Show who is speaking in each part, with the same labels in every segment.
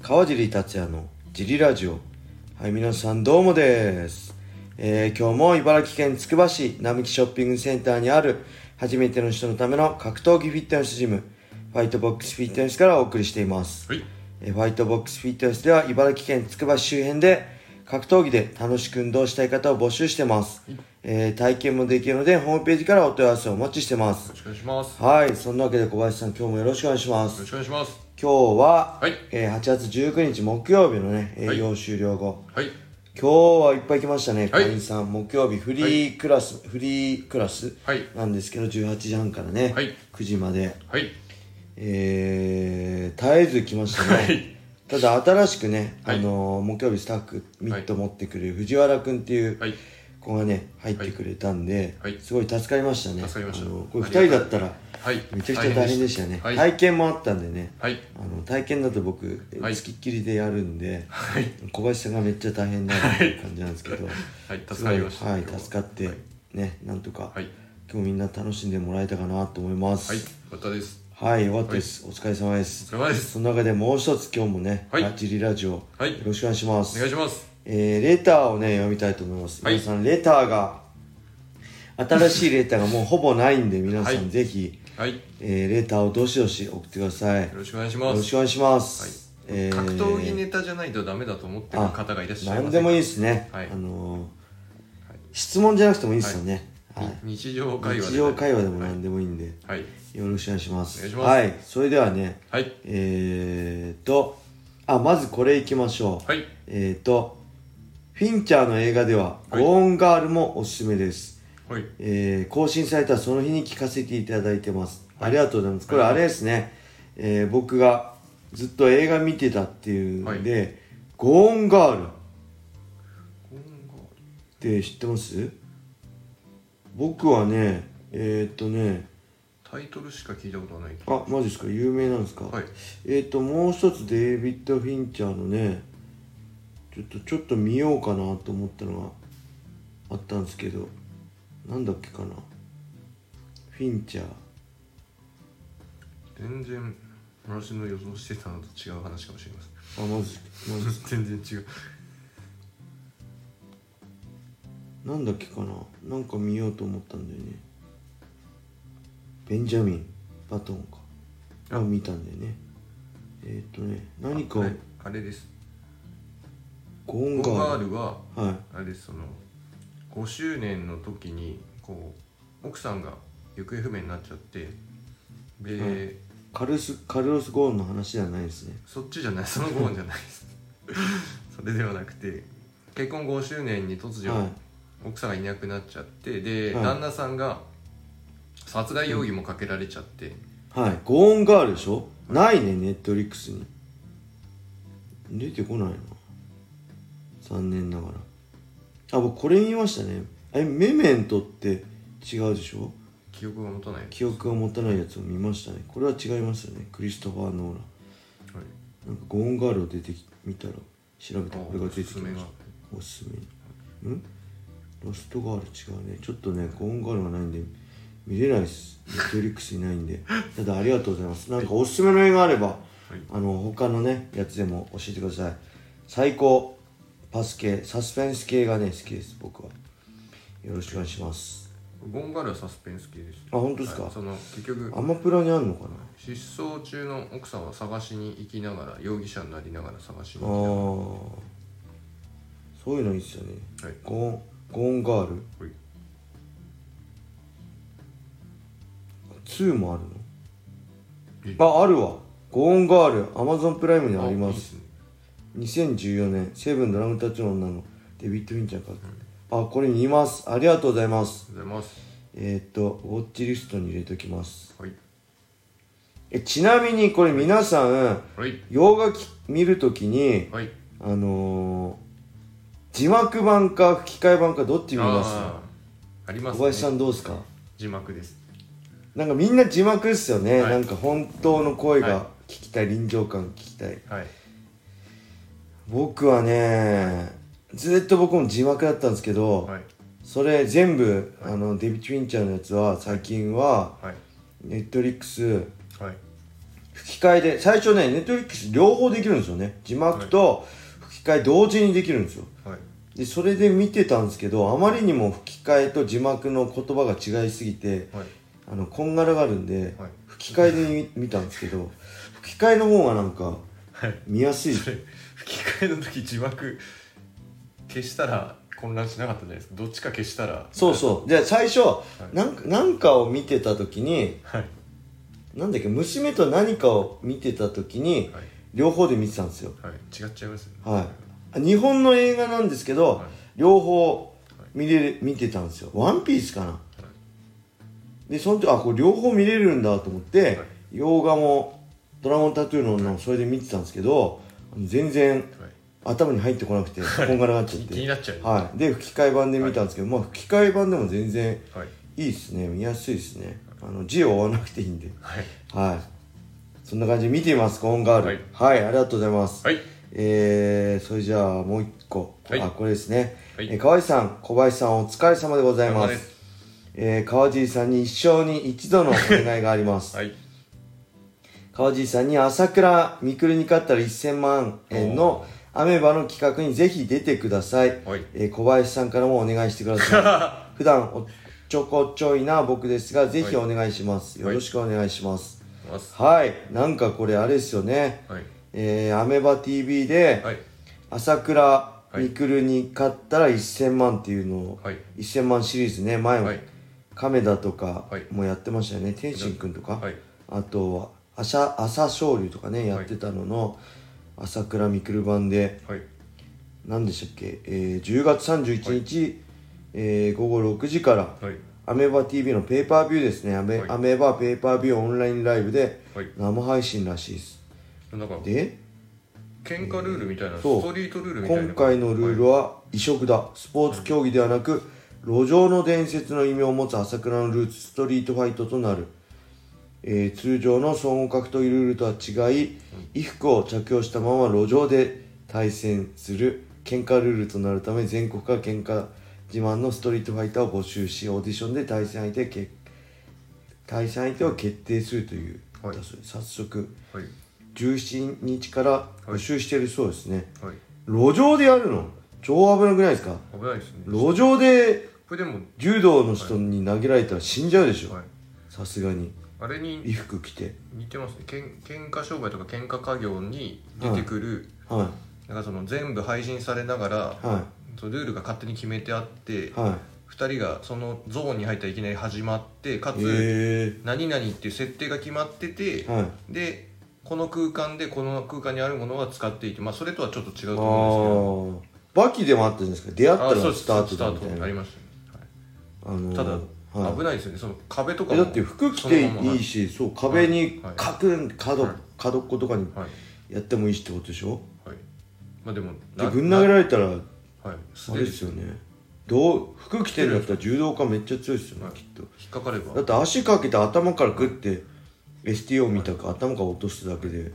Speaker 1: 川尻達也のジリラジオはい皆さんどうもです、えー今日も茨城県つくば市並木ショッピングセンターにある初めての人のための格闘技フィットネスジムファイトボックスフィットネスからお送りしています、
Speaker 2: はい
Speaker 1: えーファイトボックスフィットネスでは茨城県つくば市周辺で格闘技で楽しく運動したい方を募集してます、えー体験もできるのでホームページからお問い合わせをお待ちしてます
Speaker 2: よろしくお願いしますよ
Speaker 1: はい、そんなわけで小林さん、今日もよろしくお願いしま
Speaker 2: ろし
Speaker 1: す。
Speaker 2: くお願いします
Speaker 1: 今日は、
Speaker 2: はい
Speaker 1: えー8月19日木曜日のね、営業終了後、
Speaker 2: はい
Speaker 1: 今日はいっぱい来ましたね、
Speaker 2: はい
Speaker 1: 会員さん、木曜日フリークラス、フリークラス
Speaker 2: はい
Speaker 1: なんですけど、18時半からね、
Speaker 2: はい
Speaker 1: 9時まで、
Speaker 2: はい
Speaker 1: えー、絶えず来ましたね。
Speaker 2: はい
Speaker 1: ただ新しくね、
Speaker 2: はい
Speaker 1: あのー木曜日スタッフミット持ってくれる藤原くんっていう
Speaker 2: はい
Speaker 1: 子がね入ってくれたんで、
Speaker 2: はい
Speaker 1: すごい助かりましたね
Speaker 2: 助かりました
Speaker 1: あのこれ2人だったら
Speaker 2: はい
Speaker 1: めちゃくちゃ大変でしたね、
Speaker 2: はい
Speaker 1: 体験もあったんでね、
Speaker 2: はい
Speaker 1: あの体験だと僕え
Speaker 2: はい
Speaker 1: つきっきりでやるんで、
Speaker 2: はい
Speaker 1: 小林さんがめっちゃ大変だなっていう感じなんですけど、
Speaker 2: はい助かりまし
Speaker 1: す
Speaker 2: た
Speaker 1: ごい
Speaker 2: 今
Speaker 1: は
Speaker 2: 日
Speaker 1: い
Speaker 2: は
Speaker 1: 助かって
Speaker 2: はい
Speaker 1: ねなんとか、
Speaker 2: はい
Speaker 1: 今日みんな楽しんでもらえたかなと思います
Speaker 2: はいよかったです
Speaker 1: はい、終わったです、お疲れ様で
Speaker 2: お
Speaker 1: す
Speaker 2: 疲れ様です
Speaker 1: その中でもう一つ今日もね、
Speaker 2: はい
Speaker 1: ラジリラジオ、
Speaker 2: はい
Speaker 1: よろしくお願いします
Speaker 2: お願いします
Speaker 1: えーレターをね読みたいと思います、
Speaker 2: はい
Speaker 1: 皆さんレターが新しいレターがもうほぼないんで皆さ
Speaker 2: は
Speaker 1: ん
Speaker 2: い
Speaker 1: ぜひ、
Speaker 2: はいよ
Speaker 1: えーレターをどしどし送ってくださいよ
Speaker 2: ろしくお願いしま
Speaker 1: ろし
Speaker 2: す
Speaker 1: くお願いします、えー
Speaker 2: 格闘技ネタじゃないとダメだと思ってる方がいらっしゃい
Speaker 1: 何
Speaker 2: ま
Speaker 1: ですもいいで
Speaker 2: か
Speaker 1: すね、
Speaker 2: はい
Speaker 1: あのー質問じゃなくてもいいですよね、はい
Speaker 2: に日常会話で
Speaker 1: 日常会話でも
Speaker 2: はい
Speaker 1: 何でもいいんで、
Speaker 2: はい
Speaker 1: よろしくお願いします
Speaker 2: お願いします
Speaker 1: はいそれではね
Speaker 2: はい
Speaker 1: えーとあまずこれいきましょう、
Speaker 2: はい
Speaker 1: えー、と、フィンチャーの映画では、
Speaker 2: はい
Speaker 1: ゴーンガールもおすすめです。
Speaker 2: はい
Speaker 1: えー更新されたその日に聞かせていただいてます。ありがとうございます。これあれですね、えー僕がずっと映画見てたっていうんで、ゴーンガールっ
Speaker 2: 今後
Speaker 1: て知ってます僕はね、えー、っとね、
Speaker 2: タイトルしか聞いたことはないけど
Speaker 1: あ、マジですか有名なんですか、
Speaker 2: はい
Speaker 1: えー、ともう一つデイビッド・フィンチャーのねちょっとちょっと見ようかなと思ったのがあったんですけどなんだっけかなフィンチャー
Speaker 2: 全然私の予想してたのと違う話かもしれません
Speaker 1: あまずま ず
Speaker 2: 全然違う
Speaker 1: なんだっけかななんか見ようと思ったんだよねベンジャミン・バトンかあ見たんだよねえっ、ー、とね何かを
Speaker 2: あはいあれです
Speaker 1: ゴー
Speaker 2: ゴ
Speaker 1: ン
Speaker 2: ンガ
Speaker 1: ガー
Speaker 2: ールは
Speaker 1: ルはい
Speaker 2: あれですその5周年の時にこう奥さんが行方不明になっちゃってで、
Speaker 1: うんカルスカルロス・ゴーンの話ではないですね
Speaker 2: そっちじゃないそのゴーンじゃないです それではなくて結婚5周年に突如、
Speaker 1: は
Speaker 2: 奥さんがいなくなっちゃってで、
Speaker 1: はい
Speaker 2: 旦那さんが殺害容疑もかけられちゃって、
Speaker 1: いはいゴーンガールでしょないねネットリックスに出てこないな残念ながらあ僕これ見ましたねえメメントって違うでしょ
Speaker 2: 記憶が持たない、
Speaker 1: 記憶が持たないやつを見ましたねこれは違いますよねクリストファー・ノーラン
Speaker 2: はい
Speaker 1: なんかゴーンガールを出てき見たら調べたらこれが出てきま
Speaker 2: おすすめ
Speaker 1: し
Speaker 2: が
Speaker 1: たおすすめんロストガール違うねちょっとねゴーンガールがないんで見れないですネットフリックスにないんで ただありがとうございますなんかおすすめの映画あれば、あの他のねやつでも教えてください最高パス系サスペンス系がね好きです僕はよろしくお願いします
Speaker 2: ゴンガールはサスペンス系です
Speaker 1: あ本当ですか
Speaker 2: はいその結局
Speaker 1: アマプラにあるのかな
Speaker 2: 失踪中の奥さんは探しに行きながら容疑者になりながら探しに
Speaker 1: ああ
Speaker 2: 行
Speaker 1: そういうのいいっすよね
Speaker 2: きながらはい
Speaker 1: ゴーンゴーンガール
Speaker 2: はい
Speaker 1: 2もある
Speaker 2: え
Speaker 1: のああるわゴーンガール Amazon プライムにありま
Speaker 2: いいっ
Speaker 1: す
Speaker 2: ね
Speaker 1: 2014年セブンドラムたちの女のデビッド・フィンチャーか、あこれ見ますありがとうございます
Speaker 2: ありがとうございます
Speaker 1: えー、っとウォッチリストに入れときます
Speaker 2: はい
Speaker 1: えちなみにこれ皆さん
Speaker 2: はい
Speaker 1: 洋画き見るときに
Speaker 2: はい
Speaker 1: あのー、字幕版か吹き替え版かどっち見ます
Speaker 2: あーあります
Speaker 1: 小林さん
Speaker 2: ね
Speaker 1: どうですか
Speaker 2: 字幕です
Speaker 1: なんかみんな字幕っすよね、
Speaker 2: はい
Speaker 1: なんか本当の声
Speaker 2: はい
Speaker 1: が聞きたい、臨場感聞きたい
Speaker 2: はい
Speaker 1: 僕はねずっと僕も字幕だったんですけど、
Speaker 2: はい
Speaker 1: それ全部、
Speaker 2: はい
Speaker 1: あのデビッド・フィンチャーのやつは最近は
Speaker 2: はい
Speaker 1: ネットリックス
Speaker 2: はい
Speaker 1: 吹き替えで最初ねネットフリックス両方できるんですよね字幕と吹き替え同時にできるんですよ
Speaker 2: はい
Speaker 1: でそれで見てたんですけどあまりにも吹き替えと字幕の言葉が違いすぎて
Speaker 2: はい
Speaker 1: あのこんがらがるんで、
Speaker 2: はい
Speaker 1: 吹き替えで見見たんですけど吹き替えの方がなんか
Speaker 2: はい
Speaker 1: 見やすい
Speaker 2: それ吹き替えの時字幕消したら混乱しなかったじゃないですかどっちか消したら
Speaker 1: そうそうで最初
Speaker 2: い
Speaker 1: なんかなんかを見てた時に
Speaker 2: はい
Speaker 1: なんだっけ娘と何かを見てた時に
Speaker 2: はい
Speaker 1: 両方で見てたんですよ
Speaker 2: はい違っちゃいますよね
Speaker 1: はい日本の映画なんですけど、
Speaker 2: はい
Speaker 1: 両方見れる見てたんですよ「ワンピースかな、でその時あこれ両方見れるんだと思って、洋画も「ドラゴンタトゥーの女」もそれで見てたんですけど全然
Speaker 2: はい
Speaker 1: 頭に入ってこなくてこんがらがっちゃっ
Speaker 2: 気に
Speaker 1: て、
Speaker 2: なっちゃうよね
Speaker 1: はい、で吹き替え版で見たんですけど、まあ吹き替え版でも全然
Speaker 2: はい
Speaker 1: いいですね見やすいですねあの字を追わなくていいんで
Speaker 2: はい
Speaker 1: はいそんな感じで見ていますコーンガールはい、ありがとうございます、
Speaker 2: はい
Speaker 1: えー、それじゃあもう一個、
Speaker 2: はい
Speaker 1: あこれですね、
Speaker 2: はい
Speaker 1: えー河合さん小林さんお疲れ様でございま、
Speaker 2: お疲れ様です
Speaker 1: えー、川尻さんに一生に一度のお願いがあります、
Speaker 2: はい
Speaker 1: 川尻さんに朝倉未来に勝ったら1000万円のアメーバの企画にぜひ出てください、
Speaker 2: はい
Speaker 1: えー小林さんからもお願いしてくださ い普段おちょこちょいな僕ですがぜひお願いします、
Speaker 2: は
Speaker 1: よ
Speaker 2: い
Speaker 1: ろしくお願いします
Speaker 2: ます
Speaker 1: はい、なんかこれあれですよね
Speaker 2: はい
Speaker 1: えー、アメバ TV で
Speaker 2: はい
Speaker 1: 朝倉未来に勝ったら1000万っていうのを、
Speaker 2: はい
Speaker 1: 1000万シリーズね前も、
Speaker 2: はい
Speaker 1: 亀田とか
Speaker 2: はい
Speaker 1: もやってましたよね天心くんとか、
Speaker 2: はい
Speaker 1: あとは朝朝青龍とかねやってたのの、朝倉未来版で
Speaker 2: はい
Speaker 1: 何でしたっけ、えー10月31日、えー午後6時から
Speaker 2: はい
Speaker 1: アメーバ TV のペーパービューですねアメ,、
Speaker 2: はい
Speaker 1: アメーバペーパービューオンラインライブで
Speaker 2: はい
Speaker 1: 生配信らしいです
Speaker 2: なんか
Speaker 1: で
Speaker 2: 喧嘩ルールみたいなス
Speaker 1: そう
Speaker 2: トリートルールみたいな
Speaker 1: 今回のルールは異色だスポーツ競技ではなく路上の伝説の意味を持つ朝倉のルーツストリートファイトとなる、えー通常の総合格闘技ルールとは違い衣服を着用したまま路上で対戦する喧嘩ルールとなるため全国から喧嘩自慢のストリートファイターを募集しオーディションで対戦相手け対戦相手を決定するという、
Speaker 2: は
Speaker 1: だ
Speaker 2: い
Speaker 1: そうです早速
Speaker 2: はい
Speaker 1: 17日から募集してるそうですね、
Speaker 2: はい
Speaker 1: 路上でやるの超危なくないですか
Speaker 2: 危ないですね
Speaker 1: 路上で
Speaker 2: これでも
Speaker 1: 柔道の人に投げられたら死んじゃうでしょ
Speaker 2: はい
Speaker 1: さすがに
Speaker 2: あれに
Speaker 1: 衣服着て
Speaker 2: 似てますねけん喧嘩商売とか喧嘩家業に出てくる
Speaker 1: は
Speaker 2: なんかその全部配信されながら、
Speaker 1: いは
Speaker 2: そうルールが勝手に決めてあって、
Speaker 1: いは
Speaker 2: 2人がそのゾーンに入ったらいきなり始まってか
Speaker 1: い
Speaker 2: つ、
Speaker 1: へ
Speaker 2: 何々っていう設定が決まってて
Speaker 1: え、はい
Speaker 2: でこの空間でこの空間にあるものは使っていて、まあ、それとはちょっと違う
Speaker 1: あ
Speaker 2: と思うんで
Speaker 1: ーバキでもあったじゃないですか出会
Speaker 2: す
Speaker 1: っ
Speaker 2: けど
Speaker 1: たら
Speaker 2: あそうです
Speaker 1: スタート
Speaker 2: スタ
Speaker 1: だみ
Speaker 2: ート
Speaker 1: たい
Speaker 2: あり
Speaker 1: な
Speaker 2: まし
Speaker 1: あのー
Speaker 2: たね、ただ、
Speaker 1: はい
Speaker 2: 危ないですよねその壁とか
Speaker 1: え
Speaker 2: も
Speaker 1: だって服着て
Speaker 2: そのまま
Speaker 1: いいしそう壁に
Speaker 2: はい
Speaker 1: カクン角
Speaker 2: はい
Speaker 1: 角っことかに
Speaker 2: はい、はい
Speaker 1: やってもいいしってことでしょ
Speaker 2: はいまあでも
Speaker 1: でぶん投げ
Speaker 2: な
Speaker 1: られたら
Speaker 2: はい、素
Speaker 1: あ
Speaker 2: 手
Speaker 1: れ
Speaker 2: で
Speaker 1: ですよねどう服着てるんだったら柔道家めっちゃ強いですよね
Speaker 2: はい
Speaker 1: きっと
Speaker 2: 引っかかれば
Speaker 1: だって足かけて頭からグッて STO 見たか頭から落とすだけで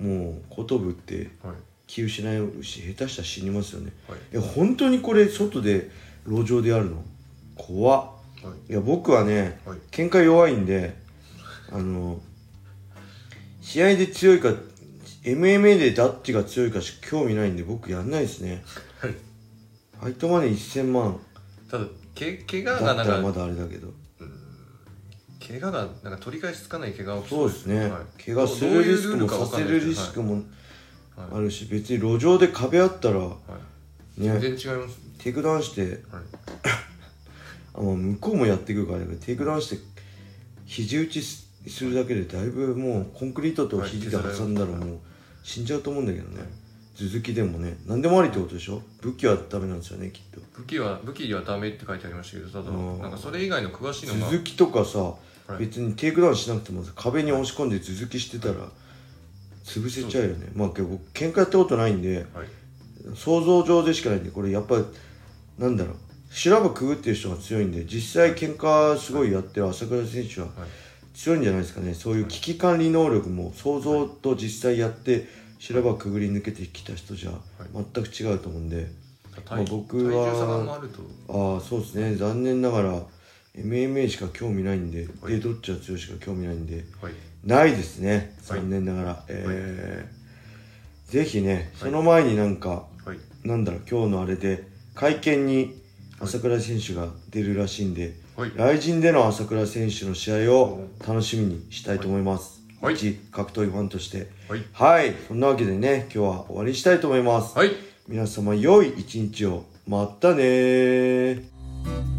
Speaker 1: もうことぶって
Speaker 2: はい
Speaker 1: 気失うし下手したら死にますよね
Speaker 2: はい
Speaker 1: いや本当にこれ外で路上でやるの怖っ
Speaker 2: はい
Speaker 1: いや僕はね
Speaker 2: はい
Speaker 1: 喧嘩弱いんであの試合で強いか MMA でダッチが強いかしか興味ないんで僕やんないですね
Speaker 2: はい
Speaker 1: ファイトマネー1000万
Speaker 2: ただけ怪
Speaker 1: だ
Speaker 2: 我
Speaker 1: っ
Speaker 2: が
Speaker 1: た
Speaker 2: なん
Speaker 1: ら
Speaker 2: か
Speaker 1: まだあれだけど
Speaker 2: 怪我がなんか取り返しつかない怪我を
Speaker 1: そうですね、
Speaker 2: はい
Speaker 1: 怪我するリスクも
Speaker 2: どういうルールかわ
Speaker 1: さ
Speaker 2: かん
Speaker 1: せ
Speaker 2: ない
Speaker 1: る
Speaker 2: ですけど
Speaker 1: リスクも
Speaker 2: はい
Speaker 1: あるし、別に路上で壁あったら
Speaker 2: はい全
Speaker 1: ね
Speaker 2: 然違います、
Speaker 1: テイクダウンして
Speaker 2: はい、
Speaker 1: あまあ向こうもやってくるからだけどテイクダウンして肘打ちすするだけでだいぶもうコンクリートと肘で挟んだら
Speaker 2: はい
Speaker 1: もう死んじゃうと思うんだけどね続きでもね何でもありってことでしょ武器はダメなんですよねきっと
Speaker 2: 武器は武器にはダメって書いてありましたけどただ
Speaker 1: うん
Speaker 2: なんかそれ以外の詳しいのが
Speaker 1: 続きとかさ
Speaker 2: はい
Speaker 1: 別にテイクダウンしなくてもさ壁に押し込んで続きしてたら潰せちゃうよねまあけど僕喧嘩やったことないんで
Speaker 2: はい
Speaker 1: 想像上でしかないんでこれやっぱなんだろう白羽くぐってる人が強いんで実際喧嘩すごいやってる朝倉選手は
Speaker 2: はい
Speaker 1: 強いんじゃないですかねそういう危機管理能力も想像と実際やって白羽くぐり抜けてきた人じゃ全く違うと思うんで、
Speaker 2: 体
Speaker 1: 僕は
Speaker 2: 体重差があると
Speaker 1: ああそうですね残念ながら MMA しか興味ないんで、
Speaker 2: はい
Speaker 1: でどっちは強いしか興味ないんで
Speaker 2: はい
Speaker 1: ないですね
Speaker 2: はい
Speaker 1: 残念ながら、えーぜひねその前になんか、
Speaker 2: はい
Speaker 1: なんだろう今日のあれで会見に朝倉選手が出るらしいんで、
Speaker 2: はい
Speaker 1: 来陣での朝倉選手の試合を楽しみにしたいと思います、
Speaker 2: はい
Speaker 1: 一格闘技ファンとして
Speaker 2: はい
Speaker 1: はいそんなわけでね今日は終わりにしたいと思います、
Speaker 2: はい
Speaker 1: 皆様良い一日をまたねー